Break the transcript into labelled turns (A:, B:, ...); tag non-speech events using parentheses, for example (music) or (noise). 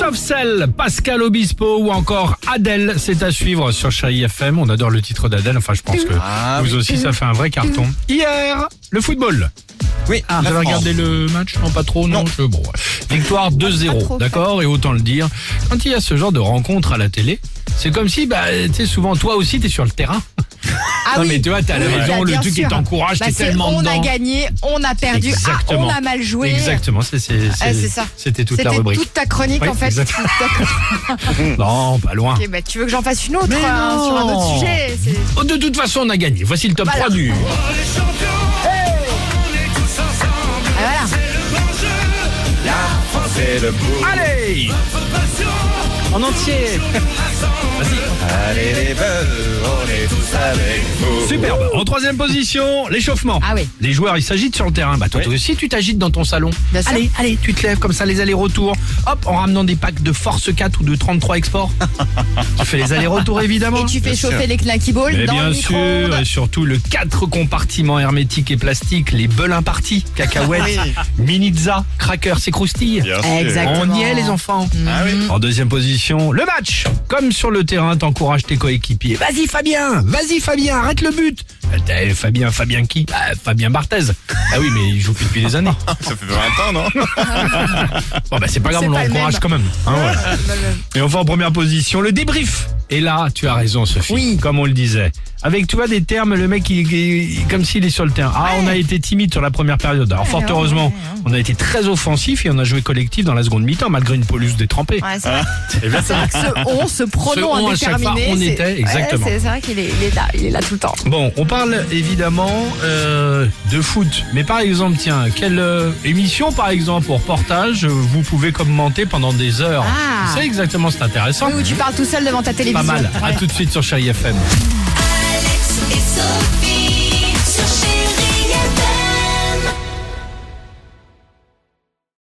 A: Marcel, Pascal Obispo ou encore Adèle. C'est à suivre sur Chérie FM. On adore le titre d'Adèle. Enfin, je pense que
B: Ah,
A: vous aussi, ça fait un vrai carton. Hier, le football.
B: Oui,
A: Ah,
B: la
A: vous
C: oh.
B: France.
A: avez regardé le match Non, pas trop, non.
B: Non.
A: je- bon. Victoire 2-0,
C: trop,
A: d'accord Et autant le dire, quand il y a ce genre de rencontre à la télé, c'est comme si, bah, tu sais, souvent, toi aussi, t'es sur le terrain.
C: Ah
A: non,
C: oui.
A: mais tu vois, t'es à la
C: Oui, bah,
A: maison, le
C: bien
A: truc, il
C: sûr.
A: t'encourage,
C: Bah,
A: t'es
C: c'est
A: tellement
C: on
A: dedans.
C: a gagné, on a perdu,
A: Exactement.
C: ah on a mal joué.
A: Exactement, c'est c'est-
C: Ah,
A: c'est-
C: c'est ça.
A: C'était toute
C: C'était
A: la rubrique.
C: toute ta chronique
A: Oui,
C: en fait.
A: exactement.
C: D'accord.
A: Non, pas loin.
C: Ok, bah, tu veux que j'en fasse une autre
A: Mais
C: hein,
A: non.
C: sur un autre sujet c'est-
A: Oh, De toute façon, on a gagné. Voici le top
C: Voilà.
A: 3 du.
C: Ah, voilà.
A: Allez En entier Vas-y.
B: Allez les buzz, on est tous avec vous.
A: Superbe. En troisième position, l'échauffement.
C: Ah oui.
A: Les joueurs, ils s'agitent sur le terrain. Bah, toi,
B: Oui.
A: toi aussi, tu t'agites dans ton salon.
C: Bien sûr.
A: allez, allez, tu te lèves comme ça, les allers-retours. Hop, en ramenant des packs de Force 4 ou de 33 (laughs) Export. tu fais les allers-retours, évidemment.
C: Et tu fais
B: Bien
C: chauffer
B: sûr.
C: les knacky balls
A: Mais
C: dans
A: bien
C: le
A: sûr, et
C: micro-ondes.
A: surtout le quatre compartiments hermétiques et plastiques, les belins partis, cacahuètes, minizza, crackers et croustilles.
B: Bien sûr.
C: Exact.
A: On y est les enfants.
B: Ah oui.
A: En deuxième position, le match. Comme sur le terrain, t'encourages tes coéquipiers. Vas-y Fabien, vas-y Fabien, arrête le but. Euh, t'as- Fabien, Fabien qui Bah, Fabien Barthez. Ah oui, mais il joue plus depuis des années.
B: Ça fait 20 ans, non
A: Bon bah c'est pas grave,
C: C'est
A: on
C: pas le
A: l'encourage
C: même.
A: quand même. hein, voilà. Et enfin en première position, le débrief. Et là, tu as raison Sophie,
C: Oui.
A: comme on le disait. Avec tu vois des termes, le mec il, il- comme s'il est sur le terrain. Ah, on a été timide sur la première période. Alors fort
C: ouais, hein.
A: heureusement, on a été très offensif et on a joué collectif dans la seconde mi-temps malgré une polluce détrempée.
C: Ouais, c'est vrai. C'est vrai que ce on, ce pronom
A: on à chaque fois,
C: indéterminé,
A: on
C: c'est-
A: était, exactement.
C: Ouais, c'est c'est vrai qu'il est, il est là, il est là tout le temps.
A: Bon, on parle évidemment euh, de foot, mais par exemple, tiens, quelle euh, émission, par exemple, ou reportage, euh, vous pouvez commenter pendant des heures
C: Ah.
A: C'est exactement, c'est intéressant.
C: Oui, où tu parles tout seul devant ta télévision.
A: Pas mal. À tout de suite sur Chérie FM.
D: Alex et Sophie.